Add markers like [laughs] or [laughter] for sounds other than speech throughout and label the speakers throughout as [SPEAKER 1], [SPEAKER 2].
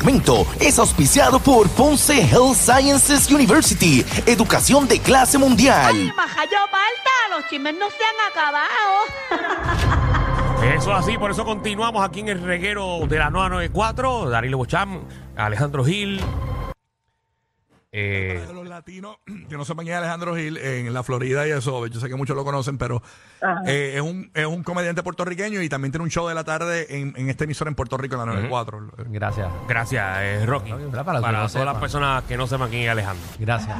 [SPEAKER 1] segmento es auspiciado por Ponce Health Sciences University, educación de clase mundial.
[SPEAKER 2] majayo palta, los chismes no se han acabado.
[SPEAKER 3] Eso es así, por eso continuamos aquí en el reguero de la 994. Darío Bocham, Alejandro Gil. Eh,
[SPEAKER 4] de los latinos, [clears throat] yo no sé quién es Alejandro Gil en la Florida y eso, yo sé que muchos lo conocen, pero eh, es, un, es un comediante puertorriqueño y también tiene un show de la tarde en, en esta emisora en Puerto Rico, en la Eh, 94.
[SPEAKER 5] Gracias.
[SPEAKER 3] gracias, eh, Rocky.
[SPEAKER 5] Está bien,
[SPEAKER 3] Para,
[SPEAKER 5] ¿verdad? Para los que
[SPEAKER 3] todas las
[SPEAKER 5] no sepan.
[SPEAKER 3] personas que no sepan quién es Alejandro.
[SPEAKER 5] Gracias.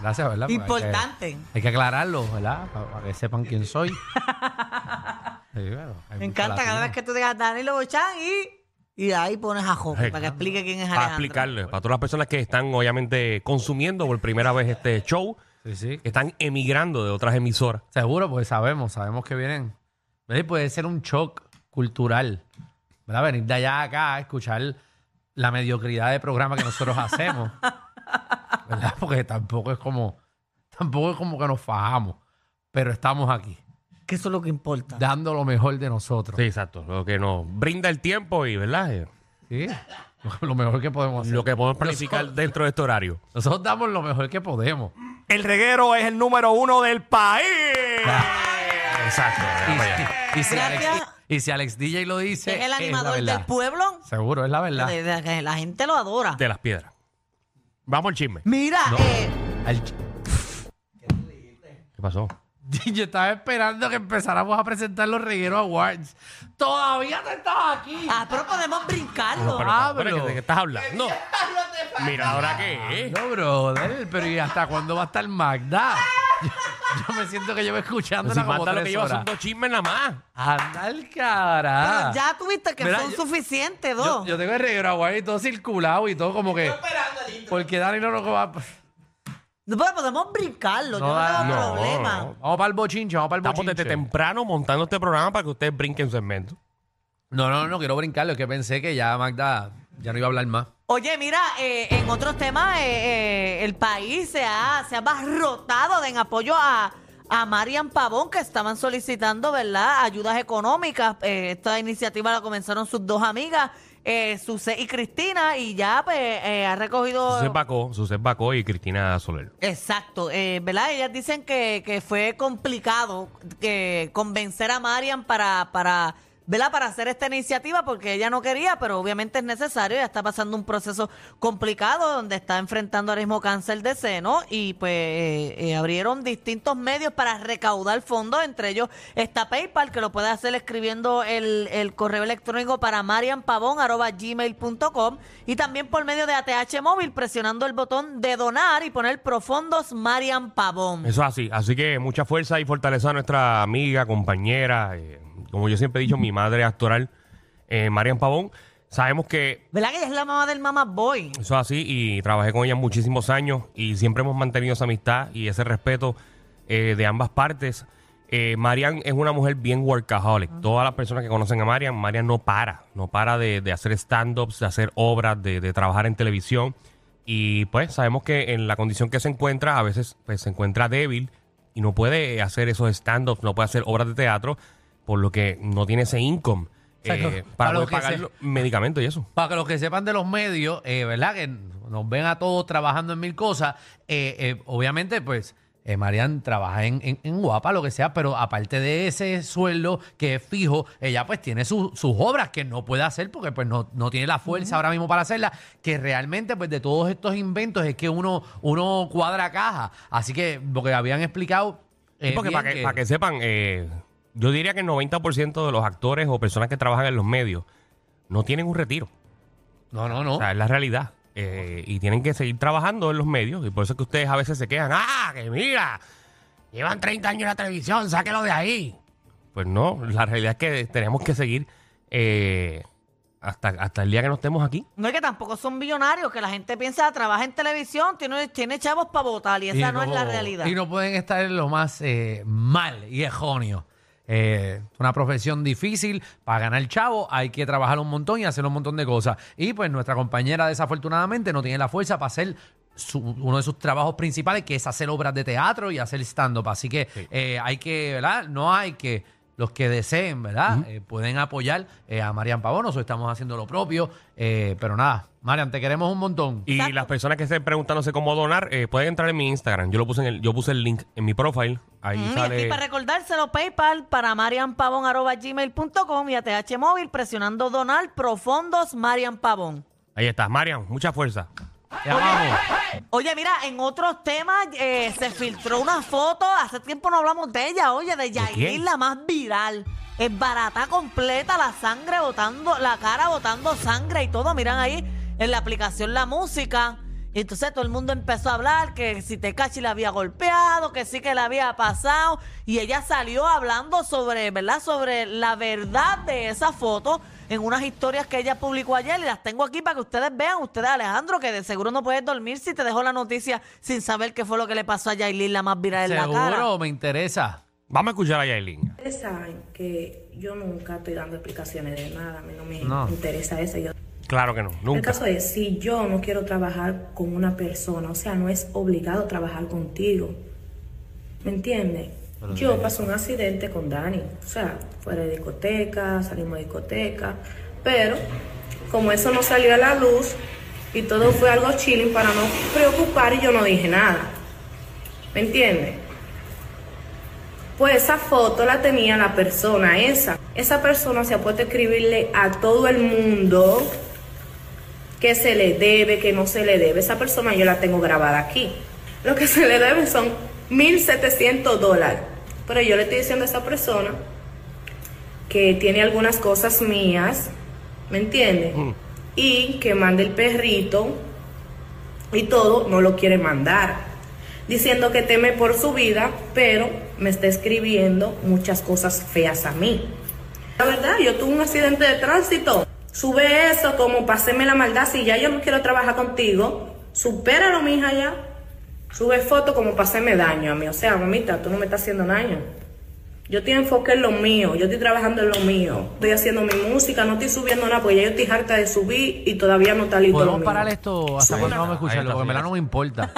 [SPEAKER 5] Gracias, ¿verdad? Porque hay que-
[SPEAKER 6] Importante.
[SPEAKER 5] Hay que, aclararlo, ¿verdad? Pa- Para, que sepan quién
[SPEAKER 6] [laughs]
[SPEAKER 5] soy. Sí, claro, hay
[SPEAKER 6] Me
[SPEAKER 5] mucho
[SPEAKER 6] encanta cada vez
[SPEAKER 5] latino.
[SPEAKER 6] que tú digas Danilo Bochán y, y ahí pones a Joker para que explique quién es
[SPEAKER 3] Para
[SPEAKER 6] Alejandro.
[SPEAKER 3] explicarle, para todas las personas que están obviamente consumiendo por primera vez este show,
[SPEAKER 5] Sí, sí.
[SPEAKER 3] que están emigrando de otras emisoras.
[SPEAKER 5] Seguro, pues sabemos, sabemos que vienen. ¿Ves? Puede ser un shock cultural, ¿verdad? Venir de allá a acá a escuchar la mediocridad de programa que nosotros
[SPEAKER 6] [laughs]
[SPEAKER 5] hacemos, ¿verdad? Porque tampoco es como, tampoco es como que nos fajamos, pero estamos aquí,
[SPEAKER 6] Que eso es lo que importa.
[SPEAKER 5] dando lo mejor de nosotros.
[SPEAKER 3] Sí, exacto. Lo que nos brinda el tiempo y, ¿verdad? Eh,
[SPEAKER 5] Sí. Lo mejor que podemos hacer.
[SPEAKER 3] Lo que podemos planificar dentro de este horario.
[SPEAKER 5] Nosotros damos lo mejor que podemos.
[SPEAKER 7] El reguero es el número uno del país.
[SPEAKER 3] Exacto.
[SPEAKER 5] Y,
[SPEAKER 3] vea para allá.
[SPEAKER 5] y si Alex,
[SPEAKER 6] Gracias.
[SPEAKER 5] y si Alex DJ lo dice,
[SPEAKER 6] es el
[SPEAKER 5] la
[SPEAKER 6] animador
[SPEAKER 5] verdad.
[SPEAKER 6] del pueblo.
[SPEAKER 5] Seguro, es la verdad.
[SPEAKER 6] de- de- que la gente lo adora.
[SPEAKER 3] De las piedras. Vamos al chisme.
[SPEAKER 6] Mira, eh,
[SPEAKER 5] Al-
[SPEAKER 3] ¿Qué pasó?
[SPEAKER 5] [laughs] Yo estaba esperando que empezáramos a presentar los Reguero Awards. Todavía te estabas aquí.
[SPEAKER 6] ah, pero podemos brincarlo.
[SPEAKER 3] Pero,
[SPEAKER 5] Ah,
[SPEAKER 3] pero,
[SPEAKER 5] pero-
[SPEAKER 3] ¿De qué estás hablando? Mira, ahora qué es.
[SPEAKER 5] No, brother, pero ¿y hasta cuándo va a estar Magda? [laughs] Yo, yo me siento que llevo
[SPEAKER 3] Pero
[SPEAKER 5] escuchándola
[SPEAKER 3] Si
[SPEAKER 5] como
[SPEAKER 3] mata lo que
[SPEAKER 5] tres
[SPEAKER 3] lleva
[SPEAKER 5] horas.
[SPEAKER 3] son dos chismes nada más.
[SPEAKER 5] Anda al cara.
[SPEAKER 6] Pero ya tuviste que
[SPEAKER 5] Ah. Mira,
[SPEAKER 6] son
[SPEAKER 5] yo-
[SPEAKER 6] suficientes
[SPEAKER 5] Yo,
[SPEAKER 6] dos.
[SPEAKER 5] yo tengo el reguero aguado y todo circulado y todo como que. Porque Dani no nos va.
[SPEAKER 6] No, pero podemos brincarlo, yo
[SPEAKER 5] No,
[SPEAKER 6] no tengo
[SPEAKER 3] no,
[SPEAKER 6] problema.
[SPEAKER 3] no.
[SPEAKER 5] Vamos para el bochinche, vamos para el
[SPEAKER 3] Estamos
[SPEAKER 5] bochinche.
[SPEAKER 3] desde temprano montando este programa para que ustedes brinquen segmento.
[SPEAKER 5] No, no, no quiero brincarlo. Es que pensé que ya Magda ya no iba a hablar más.
[SPEAKER 6] Oye, mira, eh, en otros temas, eh, eh, el país se ha, se ha abarrotado de- en apoyo a, a Marian Pavón, que estaban solicitando, ¿verdad?, ayudas económicas. Eh, esta iniciativa la comenzaron sus dos amigas, eh, Suce y Cristina, y ya, pues, eh, ha recogido...
[SPEAKER 3] Suset Bacó, Suset Bacó y Cristina Soler.
[SPEAKER 6] Exacto, eh, ¿verdad? Ellas dicen que, que fue complicado que convencer a Marian para, para, ¿verdad? Para hacer esta iniciativa porque ella no quería, pero obviamente es necesario. Ella está pasando un proceso complicado donde está enfrentando ahora mismo cáncer de seno y pues eh, eh, abrieron distintos medios para recaudar fondos, entre ellos está PayPal, que lo puede hacer escribiendo el, el correo electrónico para marianpavón.gmail.com y también por medio de ATH Móvil presionando el botón de donar y poner profondos Marian Pavón.
[SPEAKER 3] Eso es así. Así que mucha fuerza y fortaleza a nuestra amiga, compañera, eh, como yo siempre he dicho, mi madre actoral, eh, Marian Pavón. Sabemos que
[SPEAKER 6] ¿Verdad que ella es la mamá del Mama Boy?
[SPEAKER 3] Eso es así, y trabajé con ella muchísimos años y siempre hemos mantenido esa amistad y ese respeto eh, de ambas partes. Eh, Marian es una mujer bien workaholic.
[SPEAKER 5] Ah.
[SPEAKER 3] Todas las personas que conocen a Marian, Marian no para, no para de, de hacer stand-ups, de hacer obras, de, de trabajar en televisión. Y pues sabemos que en la condición que se encuentra, a veces pues, se encuentra débil y no puede hacer esos stand-ups, no puede hacer obras de teatro, por lo que no tiene ese income
[SPEAKER 5] sea,
[SPEAKER 3] eh,
[SPEAKER 5] no-
[SPEAKER 3] para
[SPEAKER 5] para lo
[SPEAKER 3] poder
[SPEAKER 5] que
[SPEAKER 3] pagar
[SPEAKER 5] se-
[SPEAKER 3] los medicamentos y eso.
[SPEAKER 5] Para que los que sepan de los medios, eh, ¿verdad? Que nos ven a todos trabajando en mil cosas. eh, eh, obviamente, pues, eh, Marian trabaja en, en- en guapa, lo que sea, pero aparte de ese sueldo que es fijo, ella pues tiene su- sus obras que no puede hacer porque pues no, no tiene la fuerza ahora mismo para hacerlas. Que realmente, pues, de todos estos inventos es que uno, uno cuadra caja. Así que, porque habían explicado. eh,
[SPEAKER 3] Sí, porque
[SPEAKER 5] bien
[SPEAKER 3] para que, para que sepan, eh, yo diría que el 90% de los actores o personas que trabajan en los medios no tienen un retiro.
[SPEAKER 5] No, no, no.
[SPEAKER 3] O sea, es la realidad. Eh, y tienen que seguir trabajando en los medios. Y por eso es que ustedes a veces se quejan. ¡Ah, que mira! Llevan 30 años en la televisión, sáquelo de ahí. Pues no, la realidad es que tenemos que seguir eh, hasta, hasta el día que no estemos aquí.
[SPEAKER 6] No es que tampoco son millonarios, que la gente piensa, trabaja en televisión, tiene, tiene chavos para votar y esa
[SPEAKER 5] Y
[SPEAKER 6] no, es la realidad.
[SPEAKER 5] Y no pueden estar en lo más eh, mal y ejonio. Eh, una profesión difícil, para ganar chavo hay que trabajar un montón y hacer un montón de cosas. Y pues nuestra compañera desafortunadamente no tiene la fuerza para hacer su- uno de sus trabajos principales, que es hacer obras de teatro y hacer stand-up. Así que eh, hay que, ¿verdad? No hay que los que deseen, ¿verdad? Eh, pueden apoyar eh, a Marian Pavón. Nosotros estamos haciendo lo propio. eh, pero nada, Marian, te queremos un montón.
[SPEAKER 3] Y las personas que estén preguntándose cómo donar, eh, pueden entrar en mi Instagram. Yo lo puse en el, yo puse el link en mi profile. Ahí
[SPEAKER 6] Mm, y
[SPEAKER 3] sale.
[SPEAKER 6] aquí para recordárselo, PayPal para marianpavón.gmail.com y ATH móvil presionando donar profundos Marian Pavón.
[SPEAKER 3] Ahí está, Marian, mucha fuerza.
[SPEAKER 5] Te amamos.
[SPEAKER 6] Oye, mira, en otros temas eh, se filtró una foto, hace tiempo no hablamos de ella, oye, de Yailin,
[SPEAKER 3] quién?
[SPEAKER 6] la más viral. Es barata completa, la sangre botando, la cara botando sangre y todo, miran ahí en la aplicación la música. Y entonces todo el mundo empezó a hablar que si Tecachi la había golpeado, que sí que la había pasado. Y ella salió hablando sobre, ¿verdad? Sobre la verdad de esa foto en unas historias que ella publicó ayer. Y las tengo aquí para que ustedes vean. Ustedes, Alejandro, que de seguro no puedes dormir si te dejó la noticia sin saber qué fue lo que le pasó a Yailin, la más viral en la cara.
[SPEAKER 5] Seguro, me interesa.
[SPEAKER 3] Vamos a escuchar a Yailin.
[SPEAKER 8] Ustedes saben que yo nunca estoy dando explicaciones de nada, a mí no me
[SPEAKER 5] No.
[SPEAKER 8] interesa eso. Yo-
[SPEAKER 3] Claro que no,
[SPEAKER 8] El
[SPEAKER 3] nunca.
[SPEAKER 8] caso es, si yo no quiero trabajar con una persona, o sea, no es obligado trabajar contigo, ¿me entiendes? Yo pasé un accidente con Dani, o sea, fuera de discoteca, salimos de discoteca, pero como eso no salió a la luz y todo fue algo chilling para no preocupar, yo no dije nada, ¿me entiendes? Pues esa foto la tenía la persona esa. Esa persona se ha puesto a escribirle a todo el mundo que se le debe, que no se le debe. Esa persona yo la tengo grabada aquí. Lo que se le debe son 1.700 dólares. Pero yo le estoy diciendo a esa persona que tiene algunas cosas mías, ¿me entiendes? Y que mande el perrito y todo, no lo quiere mandar. Diciendo que teme por su vida, pero me está escribiendo muchas cosas feas a mí. La verdad, yo tuve un accidente de tránsito. Sube eso como paseme la maldad. Si ya yo no quiero trabajar contigo, supéralo, mija, ya. Sube foto como paseme daño a mí. O sea, mamita, tú no me estás haciendo daño. Yo estoy enfoque en lo mío, yo estoy trabajando en lo mío. Estoy haciendo mi música, no estoy subiendo nada, porque ya yo estoy harta de subir y todavía no está listo. lo
[SPEAKER 5] Podemos
[SPEAKER 8] mío.
[SPEAKER 5] parar esto hasta
[SPEAKER 3] Sí.
[SPEAKER 5] cuando vamos a
[SPEAKER 3] Ahí
[SPEAKER 5] escucharlo,
[SPEAKER 3] está,
[SPEAKER 5] porque en verdad no
[SPEAKER 3] señora.
[SPEAKER 5] me importa.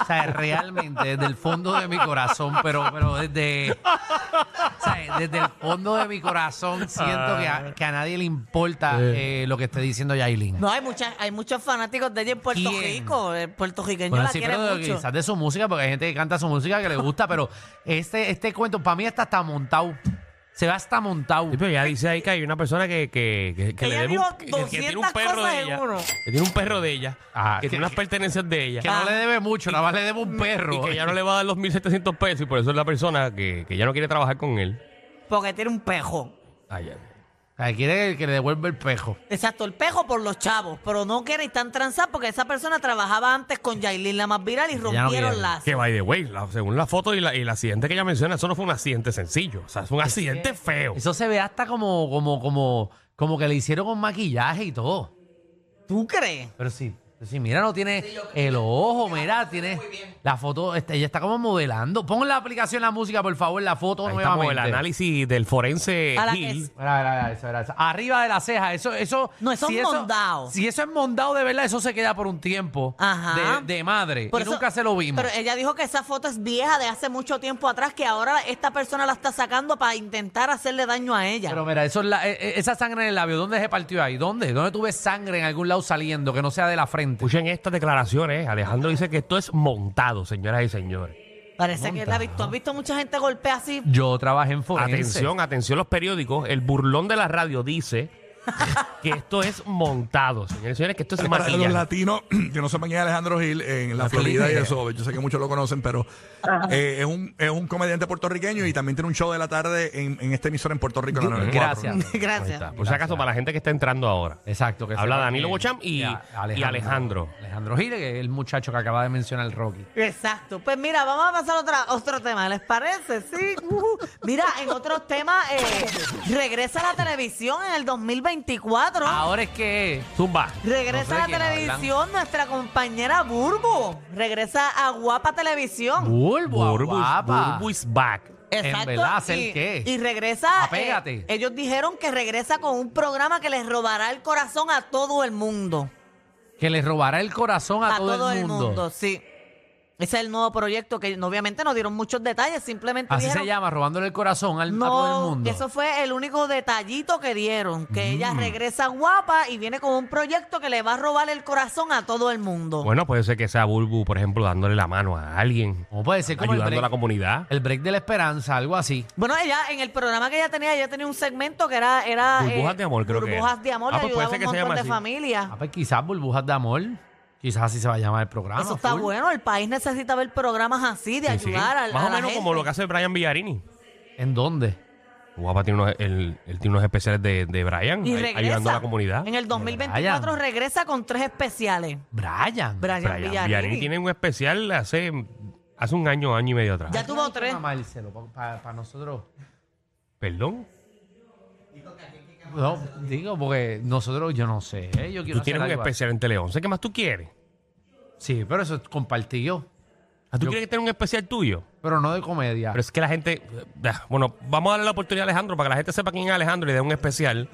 [SPEAKER 5] O sea, realmente, desde el fondo de mi corazón, pero, pero desde, o sea, desde el fondo de mi corazón siento que a, que a nadie le importa eh, lo que esté diciendo Yailin.
[SPEAKER 6] No, hay, muchas, hay muchos fanáticos de ella en Puerto
[SPEAKER 5] ¿Quién?
[SPEAKER 6] Rico. El puertorriqueño
[SPEAKER 5] Bueno,
[SPEAKER 6] la
[SPEAKER 5] sí,
[SPEAKER 6] quiere
[SPEAKER 5] pero de-
[SPEAKER 6] mucho.
[SPEAKER 5] quizás de su música, porque hay gente que canta su música que le gusta, pero este, este cuento para mí está hasta montado. Se va hasta montado.
[SPEAKER 3] Sí, pero ella dice ahí que hay una persona que, que, que, que le
[SPEAKER 6] Ella
[SPEAKER 3] debe
[SPEAKER 6] dijo
[SPEAKER 3] un, que, que
[SPEAKER 6] 200
[SPEAKER 3] tiene un perro
[SPEAKER 6] cosas
[SPEAKER 3] de
[SPEAKER 6] en
[SPEAKER 3] ella.
[SPEAKER 6] uno.
[SPEAKER 3] Que tiene un perro de ella.
[SPEAKER 5] Ah,
[SPEAKER 3] que
[SPEAKER 5] que-
[SPEAKER 3] tiene unas pertenencias de ella.
[SPEAKER 5] Que no le debe mucho, nada más le debe un perro.
[SPEAKER 3] Y que ella no le va a dar los 1.700 pesos y por eso es la persona que, que ya no quiere trabajar con él.
[SPEAKER 6] Porque tiene un pejo.
[SPEAKER 3] Ay, ay.
[SPEAKER 5] O sea, quiere que le devuelva el pejo.
[SPEAKER 6] Exacto, el pejo por los chavos, pero no quieren tan transar porque esa persona trabajaba antes con Yailin, la más viral, y rompieron
[SPEAKER 5] quiere.
[SPEAKER 6] las.
[SPEAKER 3] Que by the way, la- según la foto y, la, y el accidente que ella menciona, eso no fue un accidente sencillo. O sea, es un accidente feo.
[SPEAKER 5] Eso se ve hasta como, como, como, como que le hicieron con maquillaje y todo.
[SPEAKER 6] ¿Tú crees?
[SPEAKER 5] Pero sí, sí, mira, no tiene el ojo, mira, tiene la foto, este, ella está como modelando. Pon la aplicación, la música, por favor, la foto
[SPEAKER 3] Ahí estamos
[SPEAKER 5] nuevamente.
[SPEAKER 3] el análisis del forense
[SPEAKER 6] A la que
[SPEAKER 3] Gil.
[SPEAKER 6] es-
[SPEAKER 5] Mira, mira, mira, eso, mira, eso. Arriba de la ceja, eso, eso.
[SPEAKER 6] No, eso es mondao.
[SPEAKER 5] Si eso es mondado de verdad, eso se queda por un tiempo.
[SPEAKER 6] Ajá.
[SPEAKER 5] De, de madre.
[SPEAKER 6] Por
[SPEAKER 5] y
[SPEAKER 6] eso-
[SPEAKER 5] nunca se lo vimos.
[SPEAKER 6] Pero ella dijo que esa foto es vieja de hace mucho tiempo atrás, que ahora esta persona la está sacando para intentar hacerle daño a ella.
[SPEAKER 5] Pero mira, eso es la- e- e- esa sangre en el labio, ¿dónde se partió ahí? ¿Dónde? ¿Dónde tú ves sangre en algún lado saliendo que no sea de la frente?
[SPEAKER 3] Escuchen estas declaraciones. Alejandro dice que esto es montado, señoras y señores.
[SPEAKER 6] Parece que la ha visto. ¿Has visto mucha gente
[SPEAKER 5] [laughs]
[SPEAKER 6] golpea así?
[SPEAKER 5] Yo trabajé en forense.
[SPEAKER 3] Atención, atención los periódicos. El burlón de la radio dice que esto es montado, señores y señores, que esto es
[SPEAKER 4] Para los
[SPEAKER 3] maquillaje.
[SPEAKER 4] latinos [clears throat] que no sepan quién es Alejandro Gil en la Florida y eso, yo sé que muchos lo conocen, pero eh, es, un, es un comediante puertorriqueño y también tiene un show de la tarde en, en esta emisora en Puerto Rico. en la 94.
[SPEAKER 5] Gracias.
[SPEAKER 3] Ahí
[SPEAKER 6] Gracias.
[SPEAKER 3] está. Por si acaso, para la gente que está entrando ahora.
[SPEAKER 5] Exacto. que
[SPEAKER 3] Habla
[SPEAKER 5] sepa
[SPEAKER 3] Danilo
[SPEAKER 5] que-
[SPEAKER 3] Bocham y-
[SPEAKER 5] que
[SPEAKER 3] y Alejandro.
[SPEAKER 5] Alejandro Gile, que es el muchacho que acaba de mencionar el Rocky.
[SPEAKER 6] Exacto. Pues mira, vamos a pasar a otra, otro tema, ¿les parece? Sí. Ujú. Mira, en otros temas, eh, regresa la televisión en el 2024.
[SPEAKER 5] Ahora es que...
[SPEAKER 3] Zumba.
[SPEAKER 6] Ah. Regresa
[SPEAKER 5] Ah, No
[SPEAKER 6] a
[SPEAKER 5] sé de
[SPEAKER 6] la
[SPEAKER 5] quién
[SPEAKER 6] televisión nuestra compañera Burbo. Regresa a Guapa Televisión.
[SPEAKER 5] Bulbo,
[SPEAKER 3] Burbu is-
[SPEAKER 5] guapa.
[SPEAKER 3] Burbu is back.
[SPEAKER 5] en verdad, ¿hacer
[SPEAKER 6] y,
[SPEAKER 5] qué?
[SPEAKER 6] y regresa.
[SPEAKER 5] Apégate.
[SPEAKER 6] eh, ellos dijeron que regresa con un programa que les robará el corazón a todo el mundo.
[SPEAKER 5] Que le robará el corazón a, todo, el mundo.
[SPEAKER 6] sí. Ese es el nuevo proyecto que obviamente no dieron muchos detalles, simplemente
[SPEAKER 5] Así
[SPEAKER 6] dijeron,
[SPEAKER 5] se llama, robándole el corazón al, a todo el
[SPEAKER 6] no,
[SPEAKER 5] mundo.
[SPEAKER 6] eso fue el único detallito que dieron, que
[SPEAKER 3] Mm.
[SPEAKER 6] ella regresa guapa y viene con un proyecto que le va a robar el corazón a todo el mundo.
[SPEAKER 3] Bueno, puede ser que sea Bulbu, por ejemplo, dándole la mano a alguien,
[SPEAKER 5] ¿Cómo puede ser como el
[SPEAKER 3] ayudando a la
[SPEAKER 5] break,
[SPEAKER 3] comunidad.
[SPEAKER 5] el break de la esperanza, algo así?
[SPEAKER 6] Bueno, ella en el programa que ella tenía, ella tenía un segmento que era era
[SPEAKER 3] Burbujas
[SPEAKER 6] eh,
[SPEAKER 3] de amor, creo que
[SPEAKER 6] burbujas
[SPEAKER 3] era.
[SPEAKER 6] de amor,
[SPEAKER 3] Ah,
[SPEAKER 6] le
[SPEAKER 3] pues puede
[SPEAKER 6] ayudaba a
[SPEAKER 3] ser
[SPEAKER 6] un
[SPEAKER 3] que se
[SPEAKER 6] montón
[SPEAKER 3] llame
[SPEAKER 6] de
[SPEAKER 3] así.
[SPEAKER 6] familias.
[SPEAKER 5] Ah, pues quizás burbujas de amor. Quizás así se va a llamar el programa.
[SPEAKER 6] Eso está
[SPEAKER 5] full.
[SPEAKER 6] bueno, el país necesita ver programas así de
[SPEAKER 3] Sí, sí.
[SPEAKER 6] ayudar al
[SPEAKER 3] Más o menos como lo que hace Brian Villarini.
[SPEAKER 5] ¿En dónde?
[SPEAKER 3] Guapa tiene unos, el, él tiene unos especiales de, de Brian,
[SPEAKER 6] y
[SPEAKER 3] ay-
[SPEAKER 6] regresa.
[SPEAKER 3] ayudando a la comunidad.
[SPEAKER 6] En el 2024
[SPEAKER 5] Brian.
[SPEAKER 6] regresa con tres especiales.
[SPEAKER 5] Brian.
[SPEAKER 3] Brian
[SPEAKER 6] Brian, Villarini.
[SPEAKER 3] Villarini tiene un especial hace, hace un año, año y medio atrás.
[SPEAKER 6] Ya tuvo tres.
[SPEAKER 5] Para nosotros.
[SPEAKER 3] Perdón.
[SPEAKER 5] No, digo, porque nosotros, yo no sé. ¿eh? Yo quiero
[SPEAKER 3] Tú tienes
[SPEAKER 5] hacer
[SPEAKER 3] un
[SPEAKER 5] algo
[SPEAKER 3] especial en Tele 11. ¿Qué más tú quieres?
[SPEAKER 5] así. Sí, pero eso es compartido.
[SPEAKER 3] Ah, ¿Tú
[SPEAKER 5] Yo-
[SPEAKER 3] quieres tener un especial tuyo?
[SPEAKER 5] Pero no de comedia.
[SPEAKER 3] Pero es que la gente. ah, Bueno, vamos a darle la oportunidad a Alejandro para que la gente sepa quién es Alejandro y le dé un especial.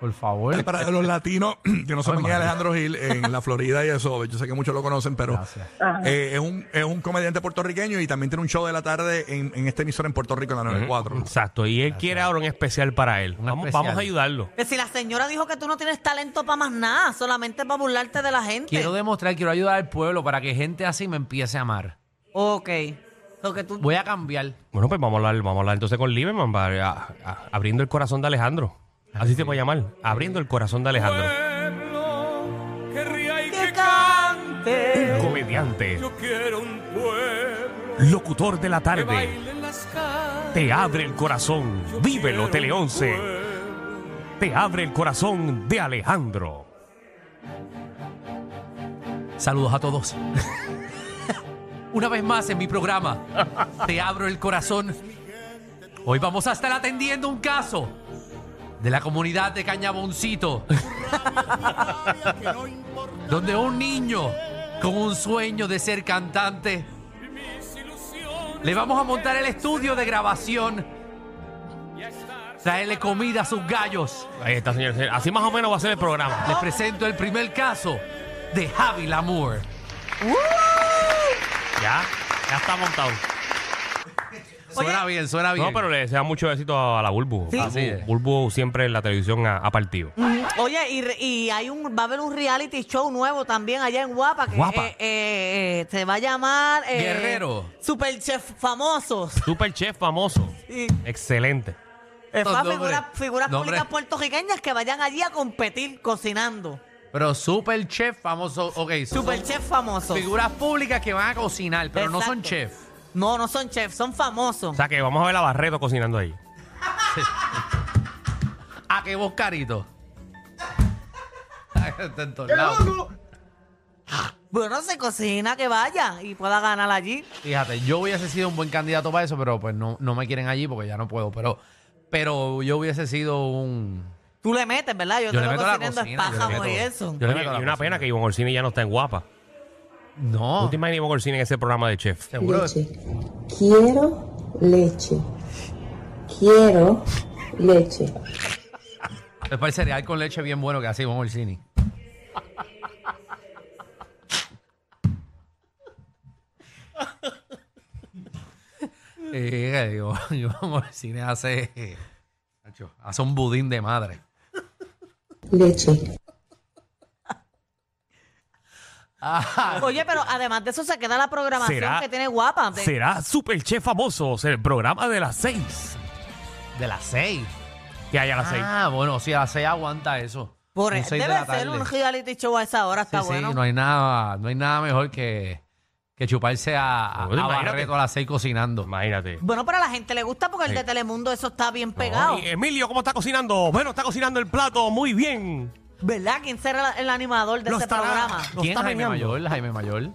[SPEAKER 5] Por favor.
[SPEAKER 4] Eh, Para los latinos, [clears throat] yo no sé quién
[SPEAKER 5] Ay,
[SPEAKER 4] es
[SPEAKER 5] madre.
[SPEAKER 4] Alejandro Gil en la Florida y eso, yo sé que muchos lo conocen, pero
[SPEAKER 5] Gracias.
[SPEAKER 4] eh, es, un, es un comediante puertorriqueño y también tiene un show de la tarde en, en esta emisora en Puerto Rico, en la 94.
[SPEAKER 3] Exacto. Y él quiere ahora un especial para él.
[SPEAKER 5] Un
[SPEAKER 3] Vamos,
[SPEAKER 5] especial.
[SPEAKER 3] vamos a ayudarlo.
[SPEAKER 6] Que si la señora dijo que tú no tienes talento para más nada, solamente para burlarte de la gente.
[SPEAKER 5] Quiero
[SPEAKER 3] eh.
[SPEAKER 5] demostrar, quiero ayudar al pueblo para que gente así me empiece a amar.
[SPEAKER 6] Ok. Lo que tú...
[SPEAKER 5] Voy a cambiar.
[SPEAKER 3] Bueno, pues vamos a hablar, vamos a hablar entonces con Lieberman, para- a- a- abriendo el corazón de Alejandro. Así se puede llamar. Abriendo el corazón de Alejandro.
[SPEAKER 9] pueblo que ría y
[SPEAKER 6] Que
[SPEAKER 9] que
[SPEAKER 6] cante.
[SPEAKER 3] Comediante,
[SPEAKER 9] yo quiero un pueblo
[SPEAKER 3] locutor de la
[SPEAKER 9] que
[SPEAKER 3] tarde.
[SPEAKER 9] baile en las calles.
[SPEAKER 3] Te abre el corazón.
[SPEAKER 9] Yo quiero
[SPEAKER 3] Vívelo, Tele
[SPEAKER 9] un
[SPEAKER 3] 11.
[SPEAKER 9] pueblo
[SPEAKER 3] Te abre el corazón de Alejandro.
[SPEAKER 5] Saludos a todos. [laughs] Una vez más en mi programa, te abro el corazón. Hoy vamos a estar atendiendo un caso de la comunidad de Cañaboncito, [laughs] donde un niño con un sueño de ser cantante le vamos a montar el estudio de grabación, traerle comida a sus gallos.
[SPEAKER 3] Ahí está, señor. Así más o menos va a ser el programa.
[SPEAKER 5] Les presento el primer caso de Javi Lamour.
[SPEAKER 3] Ya, ya está montado.
[SPEAKER 5] Suena bien, suena bien.
[SPEAKER 3] No, pero le desea mucho éxito a la Bulbu.
[SPEAKER 6] Sí.
[SPEAKER 3] Bulbu-
[SPEAKER 5] Así es.
[SPEAKER 3] Bulbu siempre en la televisión ha, ha
[SPEAKER 5] [laughs]
[SPEAKER 3] partido.
[SPEAKER 6] Ujú. Oye, y, re- y hay un, va a haber un reality show nuevo también allá en Guapa que
[SPEAKER 3] Guapa.
[SPEAKER 6] eh, eh, eh, se va a llamar eh,
[SPEAKER 5] Guerrero.
[SPEAKER 6] Super Chef Famosos.
[SPEAKER 3] Super chef famoso.
[SPEAKER 6] Y
[SPEAKER 3] Excelente.
[SPEAKER 6] es
[SPEAKER 5] Estos
[SPEAKER 6] más,
[SPEAKER 5] nombres-
[SPEAKER 6] figuras, figuras
[SPEAKER 5] nombres-
[SPEAKER 6] públicas puertorriqueñas que vayan allí a competir cocinando.
[SPEAKER 5] Pero super chef famoso, ok. son
[SPEAKER 6] Super Chef Famosos.
[SPEAKER 5] Figuras públicas que van a cocinar, pero no son
[SPEAKER 6] Exacto.
[SPEAKER 5] chef.
[SPEAKER 6] No, no son chefs, son famosos.
[SPEAKER 3] O sea que vamos a ver a Barreto cocinando ahí.
[SPEAKER 5] ¿A qué vos, carito? [laughs] Está en todos lados.
[SPEAKER 6] Bueno, se cocina que vaya y pueda ganar allí.
[SPEAKER 5] Fíjate, yo hubiese sido un buen candidato para eso, pero pues no, no me quieren allí porque ya no puedo. Pero, pero yo hubiese sido un.
[SPEAKER 6] Tú le metes, ¿verdad?
[SPEAKER 5] Yo
[SPEAKER 6] Yo, te
[SPEAKER 5] le
[SPEAKER 6] lo
[SPEAKER 5] meto la
[SPEAKER 6] cocinando es
[SPEAKER 5] cocina, yo le
[SPEAKER 6] pájamo y
[SPEAKER 5] meto-
[SPEAKER 6] eso.
[SPEAKER 5] Yo le
[SPEAKER 3] Oye,
[SPEAKER 5] meto la
[SPEAKER 3] y una
[SPEAKER 5] cocina.
[SPEAKER 3] pena que Ivonne Orsini ya no está en guapa.
[SPEAKER 5] No.
[SPEAKER 3] ¿Tú te imaginas Ivonne Orsini en ese programa de chef?
[SPEAKER 5] Seguro.
[SPEAKER 10] Leche. Quiero leche. Quiero leche.
[SPEAKER 5] Después el cereal con leche bien bueno que hace
[SPEAKER 10] [laughs]
[SPEAKER 5] Iván Orsini. Eh, digo, Iván Orsini hace, eh, macho, hace un budín de madre.
[SPEAKER 10] Leche.
[SPEAKER 6] Oye, pero además de eso se queda la programación
[SPEAKER 3] Será-
[SPEAKER 6] que tiene guapa. De-
[SPEAKER 3] Será Super Chef famoso, el programa de las seis.
[SPEAKER 5] [laughs] De las seis.
[SPEAKER 3] Que hay a las seis.
[SPEAKER 5] Ah, bueno, sí, a las seis aguanta eso.
[SPEAKER 6] por-
[SPEAKER 5] Un
[SPEAKER 6] debe
[SPEAKER 5] seis de
[SPEAKER 6] ser
[SPEAKER 5] la tarde.
[SPEAKER 6] un reality show a esa hora,
[SPEAKER 5] Sí,
[SPEAKER 6] está
[SPEAKER 5] sí,
[SPEAKER 6] bueno.
[SPEAKER 5] no hay nada, no hay nada mejor que, que chuparse a, a,
[SPEAKER 3] Joder,
[SPEAKER 5] a
[SPEAKER 3] imagínate.
[SPEAKER 5] Barreto a las seis cocinando.
[SPEAKER 3] Imagínate.
[SPEAKER 6] Bueno, pero a la gente le gusta porque el de Telemundo eso está bien pegado.
[SPEAKER 3] Ay, Emilio, ¿cómo está cocinando? Bueno, está cocinando el plato muy bien.
[SPEAKER 6] ¿Verdad? ¿Quién será la- el animador de
[SPEAKER 3] Lo
[SPEAKER 6] ese
[SPEAKER 3] estará-
[SPEAKER 6] programa?
[SPEAKER 3] lo
[SPEAKER 5] ¿Quién
[SPEAKER 3] está
[SPEAKER 5] Jaime
[SPEAKER 3] premiando.
[SPEAKER 5] Mayor? Jaime Mayor.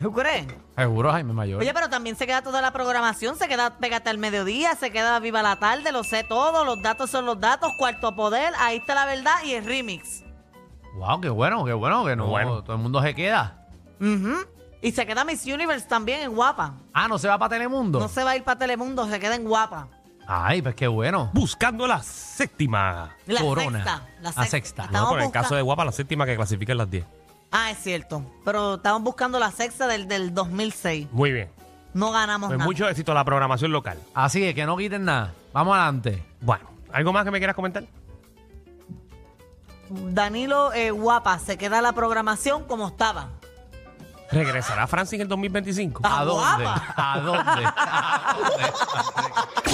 [SPEAKER 6] ¿Tú crees?
[SPEAKER 5] Seguro Jaime Mayor.
[SPEAKER 6] Oye, pero también se queda toda la programación, se queda Pégate al mediodía, se queda Viva la tarde, lo sé todo, los datos son los datos, Cuarto Poder, ahí está la verdad y el remix.
[SPEAKER 5] Wow, qué bueno, qué bueno, que no,
[SPEAKER 3] Bueno.
[SPEAKER 5] todo el mundo se queda.
[SPEAKER 6] Ujú. Y se queda Miss Universe también en Guapa.
[SPEAKER 5] Ah, no se va para Telemundo.
[SPEAKER 6] No se va a ir para Telemundo, se queda en Guapa.
[SPEAKER 5] Ay, pues qué bueno.
[SPEAKER 3] Buscando la sextima.
[SPEAKER 6] La
[SPEAKER 5] Corona.
[SPEAKER 6] sexta. La
[SPEAKER 5] La
[SPEAKER 6] sexta.
[SPEAKER 5] sexta.
[SPEAKER 3] Ah, No,
[SPEAKER 6] Estamos
[SPEAKER 3] pero en el
[SPEAKER 6] busca-
[SPEAKER 3] caso de guapa, la séptima que clasifica en las 10.
[SPEAKER 6] Ah, es cierto. Pero estaban buscando la sexta del, del 2006.
[SPEAKER 3] Muy bien.
[SPEAKER 6] No ganamos
[SPEAKER 3] Pues
[SPEAKER 6] nada.
[SPEAKER 3] mucho éxito a la programación local.
[SPEAKER 5] Así es, que no quiten nada. Vamos adelante.
[SPEAKER 3] Bueno, ¿algo más que me quieras comentar?
[SPEAKER 6] Danilo eh, Guapa se queda la programación como estaba.
[SPEAKER 3] ¿Regresará Francis en el 2025?
[SPEAKER 6] Ah,
[SPEAKER 5] ¿A dónde?
[SPEAKER 6] guapa.
[SPEAKER 5] ¿A dónde?
[SPEAKER 6] [laughs]
[SPEAKER 5] ¿A dónde?